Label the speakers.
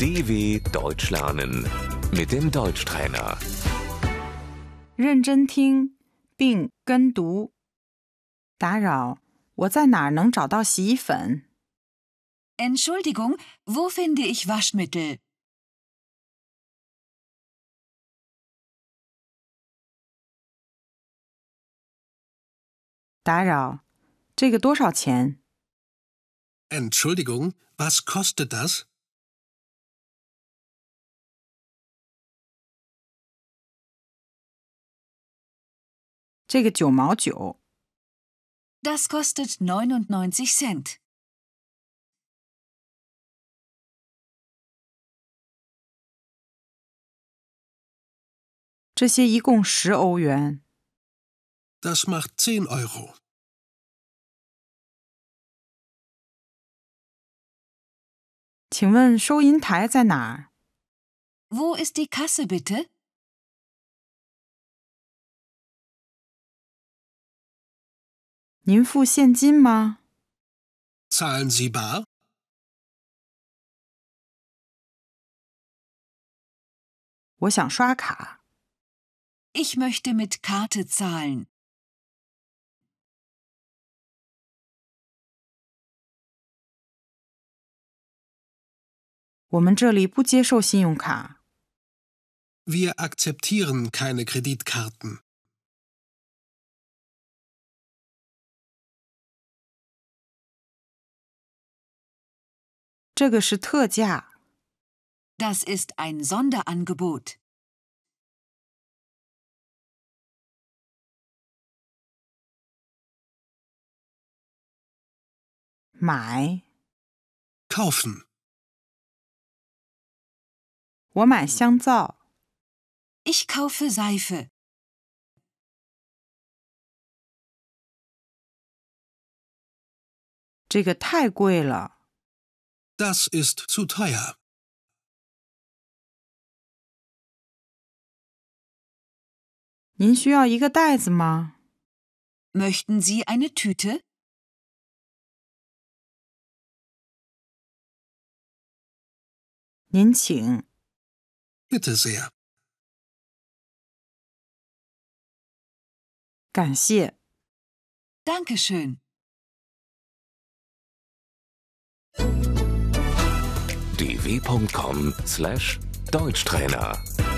Speaker 1: DW Deutsch lernen mit dem Deutschtrainer.
Speaker 2: 认真听并跟读。打扰，我在哪儿能找到洗衣粉？
Speaker 3: Entschuldigung, wo finde ich Waschmittel?
Speaker 2: 打扰，这个多少钱？
Speaker 4: Entschuldigung, was kostet das?
Speaker 2: 这个九毛九。
Speaker 3: Das kostet 99 Cent.
Speaker 2: 这些一共十欧元。
Speaker 4: Das macht 10 Euro.
Speaker 2: 请问收银台在哪儿？
Speaker 3: Wo ist die Kasse bitte?
Speaker 2: 您付现金吗？
Speaker 4: Zahlen Sie bar?
Speaker 2: 我想刷卡。
Speaker 3: Ich möchte mit Karte zahlen.
Speaker 2: 我们这里不接受信用卡。
Speaker 4: Wir akzeptieren keine Kreditkarten.
Speaker 2: 这个是特价。
Speaker 3: Das ist ein Sonderangebot.
Speaker 2: 买，
Speaker 4: Kaufen.
Speaker 2: 我买香皂。
Speaker 3: Ich kaufe Seife.
Speaker 2: 这个太贵了。
Speaker 4: Das ist zu teuer.
Speaker 2: 您需要一个袋子吗？
Speaker 3: Möchten Sie eine Tüte?
Speaker 2: 您请。
Speaker 4: Bitte sehr.
Speaker 2: 感谢。
Speaker 3: Dankeschön.
Speaker 1: dw.com/deutschtrainer